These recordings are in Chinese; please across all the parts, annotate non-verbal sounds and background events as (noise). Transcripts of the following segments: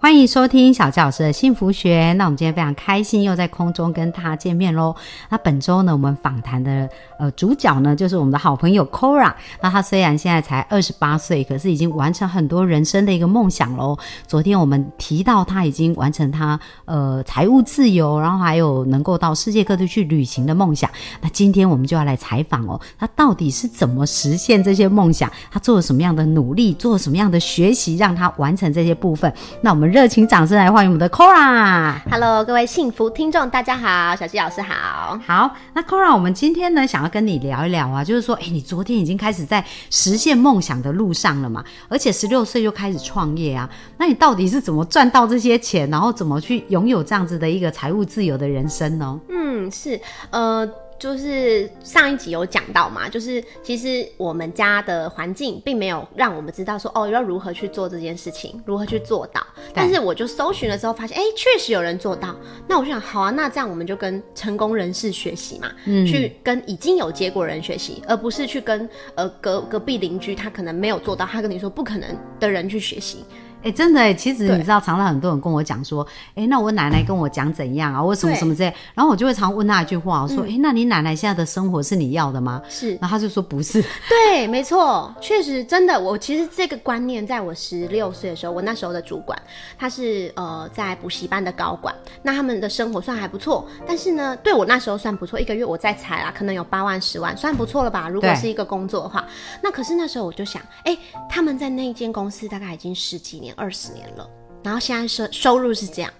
欢迎收听小纪老师的幸福学。那我们今天非常开心，又在空中跟大家见面喽。那本周呢，我们访谈的呃主角呢，就是我们的好朋友 c o r a 那他虽然现在才二十八岁，可是已经完成很多人生的一个梦想喽。昨天我们提到他已经完成他呃财务自由，然后还有能够到世界各地去旅行的梦想。那今天我们就要来采访哦，他到底是怎么实现这些梦想？他做了什么样的努力？做了什么样的学习，让他完成这些部分？那我们热情掌声来欢迎我们的 c o r a Hello，各位幸福听众，大家好，小纪老师好。好，那 Cora，我们今天呢，想要跟你聊一聊啊，就是说，哎，你昨天已经开始在实现梦想的路上了嘛，而且十六岁就开始创业啊，那你到底是怎么赚到这些钱，然后怎么去拥有这样子的一个财务自由的人生呢？嗯，是，呃，就是上一集有讲到嘛，就是其实我们家的环境并没有让我们知道说哦要如何去做这件事情，如何去做到。但是我就搜寻了之后发现，哎、确实有人做到。那我就想，好啊，那这样我们就跟成功人士学习嘛，嗯去跟已经有结果的人学习，而不是去跟呃隔隔壁邻居他可能没有做到，他跟你说不可能的人去学习。哎，真的哎，其实对你知道，常常很多人跟我讲说，哎，那我奶奶跟我讲怎样啊，我什么对嗯什么之类，然后我就会常问她一句话，我说，哎、那你奶奶现在的生活是你要的吗？是，然后她就说不 (laughs) 是，对，没错，确实真的，我其实这个观念在我十六岁的时候，我那时候的主管他是呃在补习班的高管，那他们的生活算还不错，但是呢，对我那时候算不错，一个月我再裁啦，可能有八万十万，算不错了吧？如果对是一个工作的话，那可是那时候我就想，哎、他们在那一间公司大概已经十几年、二十年了，然后现在收收入是这样。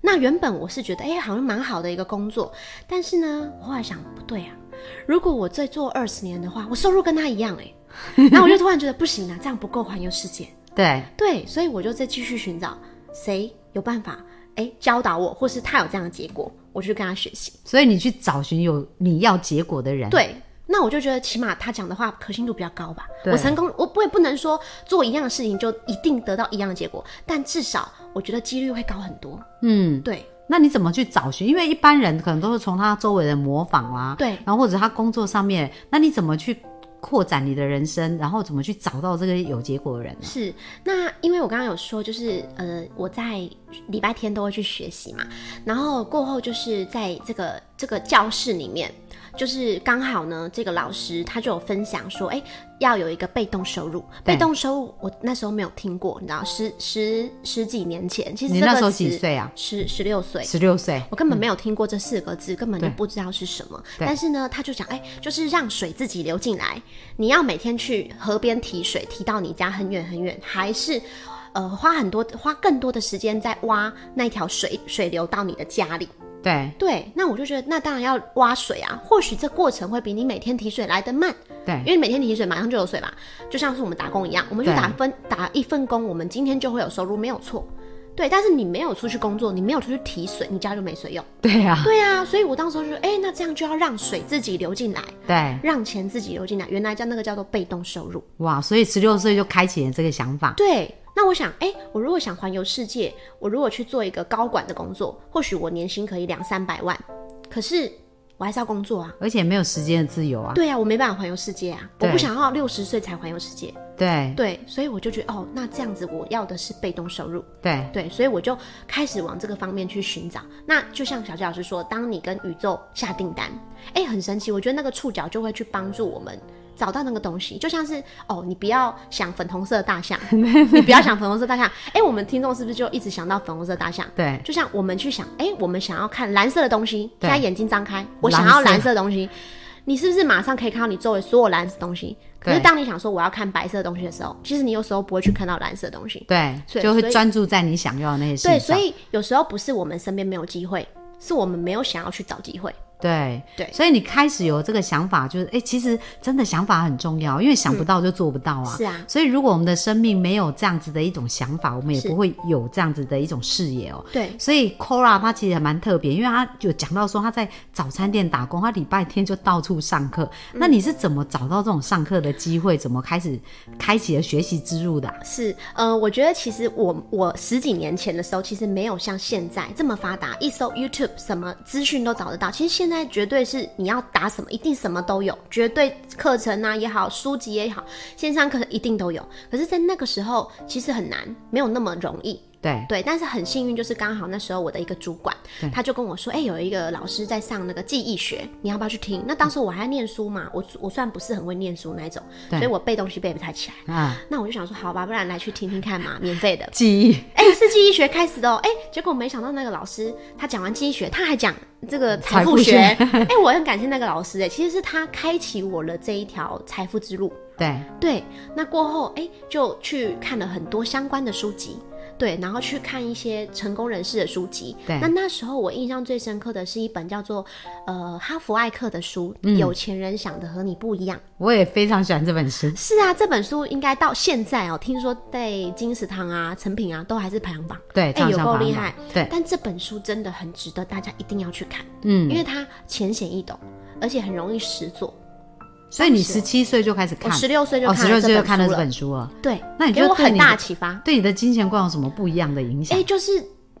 那原本我是觉得，哎、好像蛮好的一个工作，但是呢，我后来想，不对啊，如果我再做二十年的话，我收入跟他一样哎、 (laughs) 然后我就突然觉得不行啊，这样不够环游世界。对，对，所以我就再继续寻找谁有办法哎教导我，或是他有这样的结果，我就去跟他学习。所以你去找寻有你要结果的人，对，那我就觉得起码他讲的话可信度比较高吧。对我成功，我不也不能说做一样的事情就一定得到一样的结果，但至少我觉得几率会高很多。嗯。对，那你怎么去找寻？因为一般人可能都是从他周围的模仿啦、对然后或者他工作上面，那你怎么去扩展你的人生？然后怎么去找到这个有结果的人呢？是，那因为我刚刚有说，就是呃，我在礼拜天都会去学习嘛，然后过后就是在这个这个教室里面，就是刚好呢，这个老师他就有分享说，哎，要有一个被动收入，对被动收入我那时候没有听过，你知道，十十十几年前，其实你这那个时候几词？岁啊？十十六岁，十六岁。我根本没有听过这四个字，根本就嗯对不知道是什么。对但是呢，他就讲，哎、就是让水自己流进来。你要每天去河边提水，提到你家很远很远，还是呃花很多花更多的时间在挖那条水水流到你的家里？对对，那我就觉得，那当然要挖水啊。或许这过程会比你每天提水来得慢，对因为你每天提水马上就有水嘛，就像是我们打工一样，我们去对打分打一份工，我们今天就会有收入，没有错。对，但是你没有出去工作，你没有出去提水，你家就没水用。对啊，对啊，所以我当时候就说，哎、那这样就要让水自己流进来，对让钱自己流进来。原来叫那个叫做被动收入。哇！所以十六岁就开启了这个想法。对，那我想，哎、我如果想环游世界，我如果去做一个高管的工作，或许我年薪可以两三百万，可是我还是要工作啊。而且没有时间的自由啊，对啊，我没办法环游世界啊，我对不想要六十岁才环游世界。对对，所以我就觉得，哦，那这样子我要的是被动收入。对对，所以我就开始往这个方面去寻找。那就像小杰老师说，当你跟宇宙下订单，哎，很神奇，我觉得那个触角就会去帮助我们。找到那个东西，就像是哦，你不要想粉红色的 (laughs) 大象，你不要想粉红色大象。哎、我们听众是不是就一直想到粉红色大象？对就像我们去想，哎、我们想要看蓝色的东西，对现在眼睛张开，我蓝想要色蓝色的东西，你是不是马上可以看到你周围所有蓝色的东西？可是对当你想说我要看白色的东西的时候，其实你有时候不会去看到蓝色的东西。对所以就会所以专注在你想要的那些事对，情所上。以有时候不是我们身边没有机会，是我们没有想要去找机会。对对所以你开始有这个想法，就是哎、诶其实真的想法很重要，因为想不到就做不到啊。嗯是啊，所以如果我们的生命没有这样子的一种想法，我们也是不会有这样子的一种视野哦。对，所以 Cora 她其实还蛮特别，因为她有讲到说她在早餐店打工，她礼拜天就到处上课。嗯那你是怎么找到这种上课的机会？怎么开始开启了学习之路的啊、是，呃，我觉得其实我我十几年前的时候，其实没有像现在这么发达，一搜 YouTube 什么资讯都找得到。其实现在绝对是你要打什么，一定什么都有，绝对课程啊也好，书籍也好，线上课程一定都有。可是，在那个时候其实很难，没有那么容易。对对，但是很幸运，就是刚好那时候我的一个主管，他就跟我说，哎、有一个老师在上那个记忆学，你要不要去听？那当时我还在念书嘛，我我虽然不是很会念书那一种，对所以我背东西背不太起来。啊，。那我就想说，好吧，不然来去听听看嘛，免费的记忆哎、是记忆学开始的哦。哎、结果没想到那个老师他讲完记忆学，他还讲这个财富学。财哎、我很感谢那个老师哎，其实是他开启我了这一条财富之路。对对，那过后哎、就去看了很多相关的书籍。对，然后去看一些成功人士的书籍。对那那时候我印象最深刻的是一本叫做呃哈佛艾克的书，嗯有钱人想的和你不一样》。我也非常喜欢这本书。是啊，这本书应该到现在哦，听说在金石堂啊、成品啊都还是排行榜。对，畅哎有销够榜厉嘛害。对，但这本书真的很值得大家一定要去看，嗯，因为它浅显易懂，而且很容易实做。所以你十七岁就开始看我，十六岁就哦，十看六了岁这就看了本书这了，本书了，对，那你觉给得我对很你大的启发。对你的金钱观有什么不一样的影响哎，？就是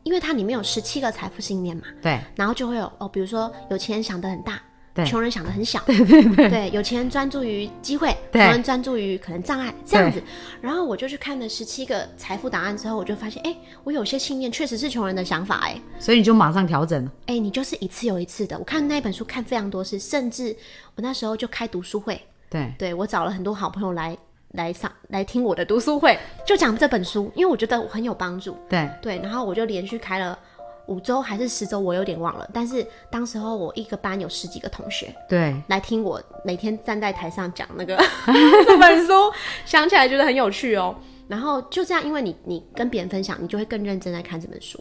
因为它里面有十七个财富信念嘛，对然后就会有哦，比如说有钱人想的很大。对穷人想的很小，对对对，有钱人专注于机会，对穷人专注于可能障碍这样子。然后我就去看了十七个财富档案之后，我就发现，哎、我有些信念确实是穷人的想法、哎，所以你就马上调整了。哎、你就是一次又一次的。我看那本书看非常多次，甚至我那时候就开读书会，对对我找了很多好朋友来来上来听我的读书会，就讲这本书，因为我觉得我很有帮助。对，对，然后我就连续开了五周还是十周，我有点忘了。但是当时候我一个班有十几个同学对，来听我每天站在台上讲 (laughs) 那个这本书，想起来觉得很有趣哦。然后就这样，因为你你跟别人分享，你就会更认真在看这本书，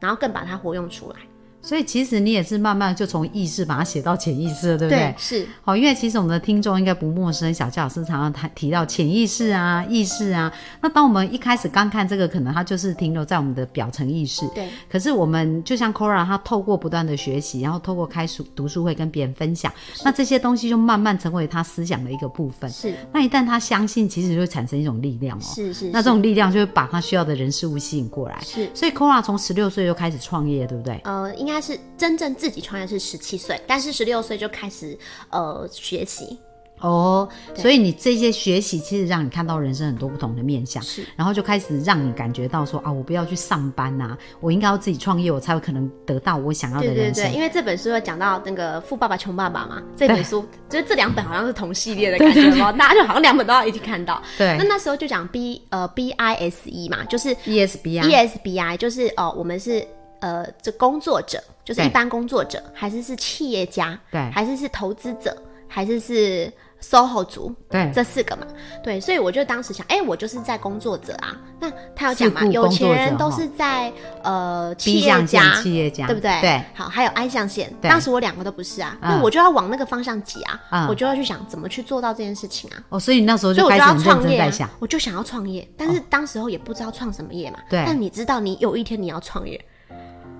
然后更把它活用出来。所以其实你也是慢慢就从意识把它写到潜意识了，对不对？是好，因为其实我们的听众应该不陌生，小纪老师常常谈提到潜意识啊、意识啊。那当我们一开始刚看这个，可能它就是停留在我们的表层意识。对。可是我们就像 Cora，她透过不断的学习，然后透过开书读书会跟别人分享，那这些东西就慢慢成为她思想的一个部分。是那一旦她相信，其实就会产生一种力量哦。是是，那这种力量就会把她需要的人事物吸引过来。是所以 Cora 从十六岁就开始创业，对不对？呃，应该是真正自己创业是十七岁，但是十六岁就开始呃学习，哦，所以你这些学习其实让你看到人生很多不同的面相，是然后就开始让你感觉到说啊，我不要去上班呐、我应该要自己创业，我才有可能得到我想要的对对人对，生。因为这本书有讲到那个《富爸爸穷爸爸》嘛，这本书就是这两本好像是同系列的感觉嘛，大家就好像两本都要一起看到。对那那时候就讲 B 呃 B I S E 嘛，就是。E ESBI ESBI 就是哦、我们是呃，这工作者就是对一般工作者，还是是企业家，对还是是投资者，还是是 SOHO 族，对这四个嘛，对，所以我就当时想，哎、我就是在工作者啊，那他有讲嘛四，顾有工作者钱人都哈是在呃企 B 业象限家，企业家，对不对？对，好，还有 I 象限，对当时我两个都不是啊，嗯那我就要往那个方向挤啊，嗯我就要去想怎么去做到这件事情啊。哦，所以你那时候就所以我开就始要很认创业、真啊在想，，哦我就想要创业，但是当时候也不知道创什么业嘛。对但你知道，你有一天你要创业，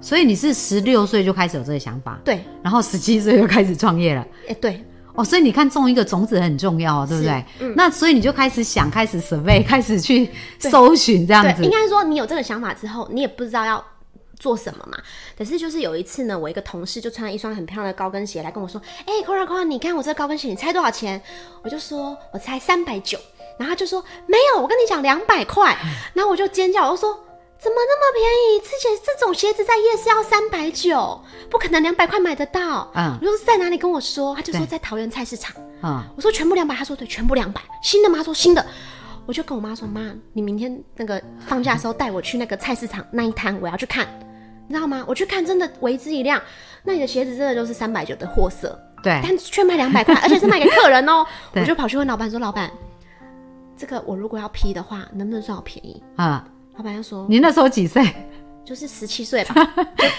所以你是十六岁就开始有这个想法，对，然后十七岁就开始创业了。哎，对，哦，所以你看种一个种子很重要哦，对不对？那所以你就开始想，开始 (laughs) survey，开始去搜寻这样嗯对，子应。该说你有这个想法之后，你也不知道要做什么嘛。可是就是有一次呢，我一个同事就穿了一双很漂亮的高跟鞋来跟我说：“哎、c o r a Cora，你看我这个高跟鞋，你猜多少钱？”我就说：“我猜三百九。”然后他就说：“没有，我跟你讲两百 (laughs) 块。”然后我就尖叫，我就说。怎么那么便宜？之前这种鞋子在夜市要三百九，不可能两百块买得到。嗯我就说在哪里跟我说，他就说对在桃园菜市场。嗯，我说全部两百，他说对，全部两百。新的吗？他说新的。我就跟我妈说，妈，你明天那个放假的时候带我去那个菜市场那一摊，我要去看，你知道吗？我去看，真的为之一亮。那你的鞋子真的就是三百九的货色，对，但却卖两百块，而且是卖给客人哦。我哦对就跑去问老板说，老板，这个我如果要批的话，能不能算我便宜？啊、 (laughs) 老板就说，你那时候几岁？就是十七岁吧，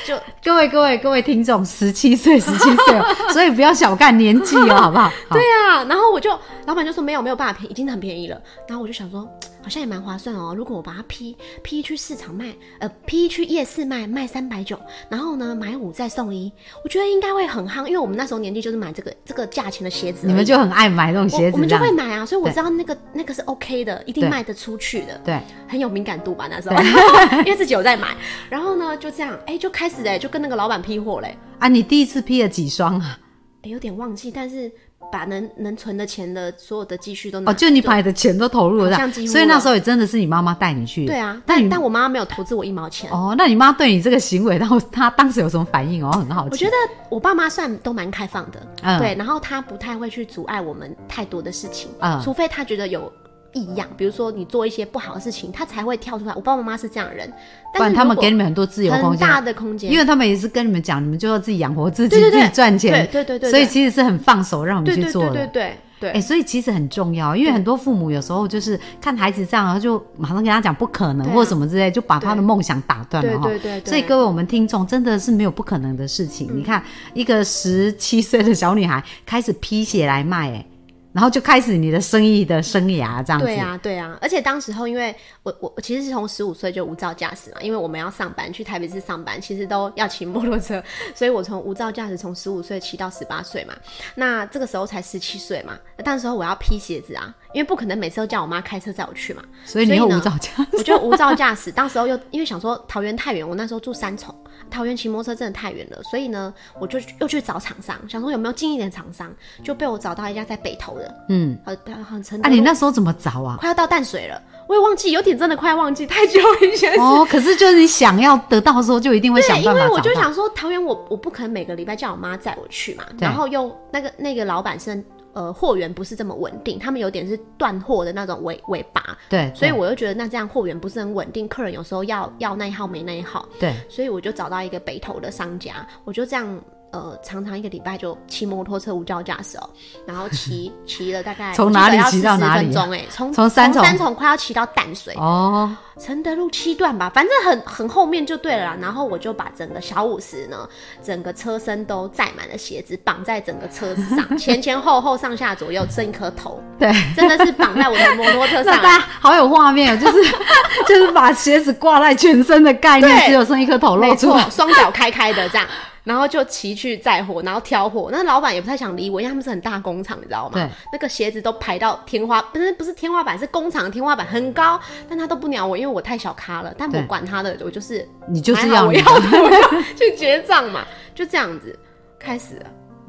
就就各位各位各位听众，十七岁十七岁哦， (laughs) 所以不要小看年纪哦，好不好？好对啊。然后我就老板就说没有没有办法便宜，已经很便宜了。然后我就想说，好像也蛮划算哦。如果我把它批批去市场卖，呃，批去夜市卖，卖三百九，然后呢买五再送一，我觉得应该会很夯，因为我们那时候年纪就是买这个这个价钱的鞋子而已，你们就很爱买这种我鞋我子，们这就样会买啊，所以我对知道那个那个是 OK 的，一定对卖得出去的。对，很有敏感度吧那时候， (laughs) 因为自己有在买，然后呢就这样，哎、就开始嘞，就跟那个老板批货嘞、啊，你第一次批了几双啊？哎有点忘记，但是把能能存的钱的所有的积蓄都拿哦，就你把你的钱都投入了这好样，像几乎所以那了时候也真的是你妈妈带你去。对啊，但但你但我妈妈没有投资我一毛钱。哦，那你妈对你这个行为，然后她当时有什么反应哦？很好奇。我觉得我爸妈算都蛮开放的，嗯对，然后他不太会去阻碍我们太多的事情，嗯除非他觉得有异样，比如说你做一些不好的事情，他才会跳出来。我爸爸妈妈是这样的人，不但然是他们如果给你们很多自由空很间，啊大的空间，因为他们也是跟你们讲，你们就要自己养活自己，对对对自己赚钱，对对对对对所以其实是很放手让我们对去对做对的。对对对，哎、所以其实很重要，因为对很多父母有时候就是看孩子这样，然后就马上跟他讲不可能、对啊或什么之类，就把他的对梦想打断了对哈。对对对嗯所以各位我们听众真的是没有不可能的事情。你看，一个十七岁的小女孩开始批鞋来卖、哎，然后就开始你的生意的生涯这样子。对啊，对啊，而且当时候因为我我我其实是从十五岁就无照驾驶嘛，因为我们要上班去台北市上班，其实都要骑摩托车， (laughs) 所以我从无照驾驶从十五岁骑到十八岁嘛，那这个时候才十七岁嘛，那当时候我要披鞋子啊，因为不可能每次都叫我妈开车载我去嘛，所以你又所以无呢照驾驶。我就无照驾驶， (laughs) 当时候又因为想说桃园太远，我那时候住三重，桃园骑摩托车真的太远了，所以呢，我就又去找厂商，想说有没有近一点的厂商，就被我找到一家在北投的，嗯，呃，很承啊，德你路那时候怎么找啊？快要到淡水了，我也忘记，有点真的快忘记，太久以 (laughs) 前。哦，可是就是你想要得到的时候，就一定会想对，因办法为找我就到想说，桃园我我不可能每个礼拜叫我妈载我去嘛，对然后又那个那个老板是呃货源不是这么稳定，他们有点是断货的那种尾尾巴，对，所以对我就觉得那这样货源不是很稳定，客人有时候要要那一号没那一号，对所以我就找到一个北投的商家，我就这样。呃，常常一个礼拜就骑摩托车无照驾驶哦，然后骑骑了大概从我记哪里得要骑到40哪里分钟哎、从从三重三重快要骑到淡水，哦，承德路七段吧，反正很很后面就对了啦。然后我就把整个小五十呢，整个车身都载满了鞋子，绑在整个车子 (laughs) 上，前前后后上下左右剩一颗头， (laughs) 对。真的是绑在我的摩托 (laughs) 车那上大。家好有画面哦，就是 (laughs) 就是把鞋子挂在全身的概念，对只有剩一颗头露没出错来，。双脚开开的这样，然后就骑去载货，然后挑货。那老板也不太想理我，因为他们是很大工厂，你知道对吗？那个鞋子都排到天花，不是不是天花板，是工厂的天花板很高，但他都不鸟我，因为我太小咖了。但对我管他的，我就是你就是买好要我你要的的，我要去结账嘛，就这样子开始了。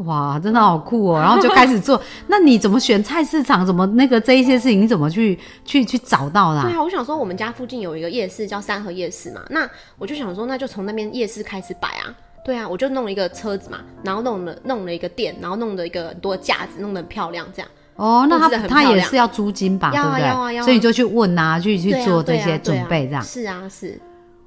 哇，真的好酷哦！然后就开始 (laughs) 做。那你怎么选菜市场？怎么那个这一些事情，你怎么去去去找到对啦？啊，我想说我们家附近有一个夜市叫三河夜市嘛，那我就想说那就从那边夜市开始摆啊。对啊，我就弄了一个车子嘛，然后弄了弄了一个店，然后弄了一个很多架子，弄得很漂亮，这样。哦，那布置得他很他漂也亮是要租金吧，对要啊不对？要啊要啊所以你就去问啊，去去对啊做这对啊些对准啊备，这样、是啊是，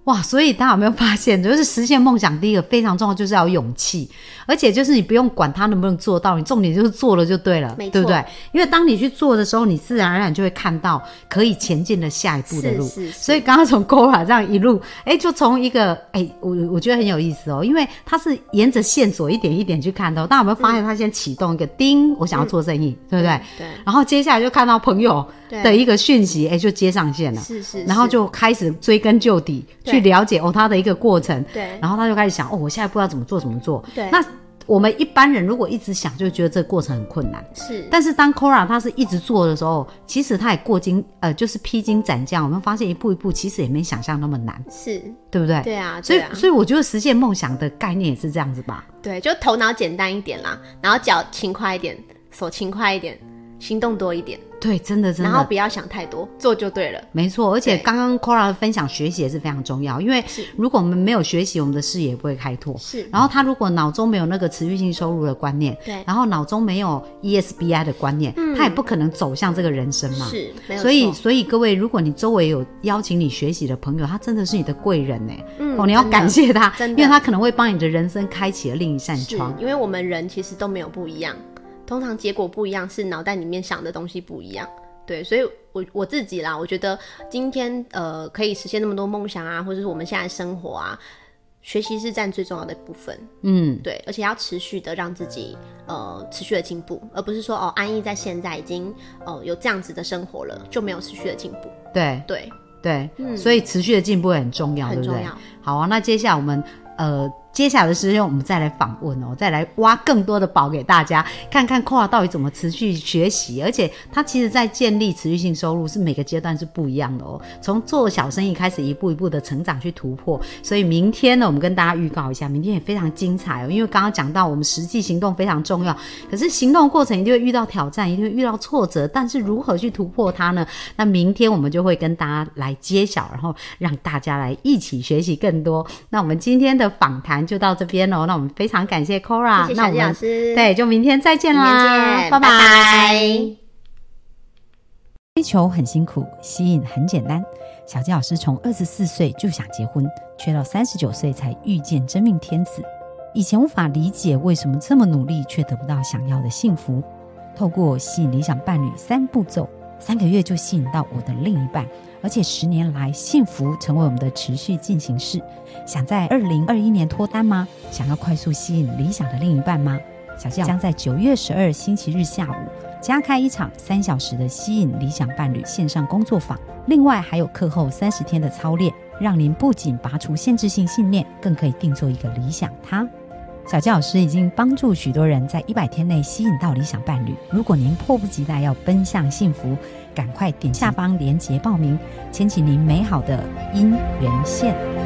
哇。所以大家有没有发现，就是实现梦想第一个非常重要，就是要有勇气，而且就是你不用管他能不能做到，你重点就是做了就对了，没对不错对？因为当你去做的时候，你自然而然就会看到可以前进的下一步的是路。是是所以刚刚从 Gora 这样一路，哎、就从一个哎、我我觉得很有意思哦，因为它是沿着线索一点一点去看的哦。大家有没有发现，它先启动一个叮，我想要做生意，对不对？对然后接下来就看到朋友对的一个讯息，哎、就接上线了。是是，然后是就开始追根究底，对去了解哦他的一个过程。对然后他就开始想哦，我下一步要怎么做怎么做。对那我们一般人如果一直想，就觉得这个过程很困难。是但是当 Cora 她是一直做的时候，其实她也过经呃，就是披荆斩棘。我们发现一步一步，其实也没想象那么难，是，对不对？对啊所以对啊所以我觉得实现梦想的概念也是这样子吧。对，就头脑简单一点啦，然后脚勤快一点，手勤快一点，行动多一点，对，真的真的。然后不要想太多，做就对了。没错，而且对刚刚 Cora 的分享，学习也是非常重要，因为如果我们没有学习，我们的视野不会开拓。是然后他如果脑中没有那个持续性收入的观念，对然后脑中没有 E ESBI 的观念，他也不可能走向这个人生嘛。嗯是，没有所以，错所以各位，如果你周围有邀请你学习的朋友，他真的是你的贵人呢、哦，你要嗯真的感谢他，真因的为他可能会帮你的人生开启了另一扇是窗。因为我们人其实都没有不一样，通常结果不一样是脑袋里面想的东西不一样，对，所以我我自己啦，我觉得今天呃可以实现那么多梦想啊，或者是我们现在生活啊，学习是占最重要的部分。嗯，对，而且要持续的让自己呃持续的进步，而不是说哦安逸在现在已经呃有这样子的生活了，就没有持续的进步。对对，对，嗯所以持续的进步也很重要，很对不重对？要。好啊，那接下来我们呃，接下来的时间我们再来访问哦，再来挖更多的宝给大家，看看 c o 到底怎么持续学习，而且它其实在建立持续性收入是每个阶段是不一样的哦，从做小生意开始，一步一步的成长去突破。所以明天呢，我们跟大家预告一下，明天也非常精彩哦，因为刚刚讲到我们实际行动非常重要，可是行动过程一定会遇到挑战，一定会遇到挫折，但是如何去突破它呢？那明天我们就会跟大家来揭晓，然后让大家来一起学习更多。那我们今天的访谈就到这边喽。那我们非常感谢 Cora，谢谢啊那小我纪老们师。对，就明天再见明天啦，见拜拜拜拜追求很辛苦，吸引很简单。小纪老师从二十四岁就想结婚，却到三十九岁才遇见真命天子。以前无法理解为什么这么努力却得不到想要的幸福。透过吸引理想伴侣三步骤，三个月就吸引到我的另一半，而且十年来幸福成为我们的持续进行式。想在二零二一年脱单吗？想要快速吸引理想的另一半吗？小纪老师将在九月十二星期日下午加开一场三小时的吸引理想伴侣线上工作坊，另外还有课后三十天的操练，让您不仅拔除限制性信念，更可以定做一个理想他。小纪老师已经帮助许多人在一百天内吸引到理想伴侣。如果您迫不及待要奔向幸福，赶快点下方链接报名，牵起您美好的姻缘线。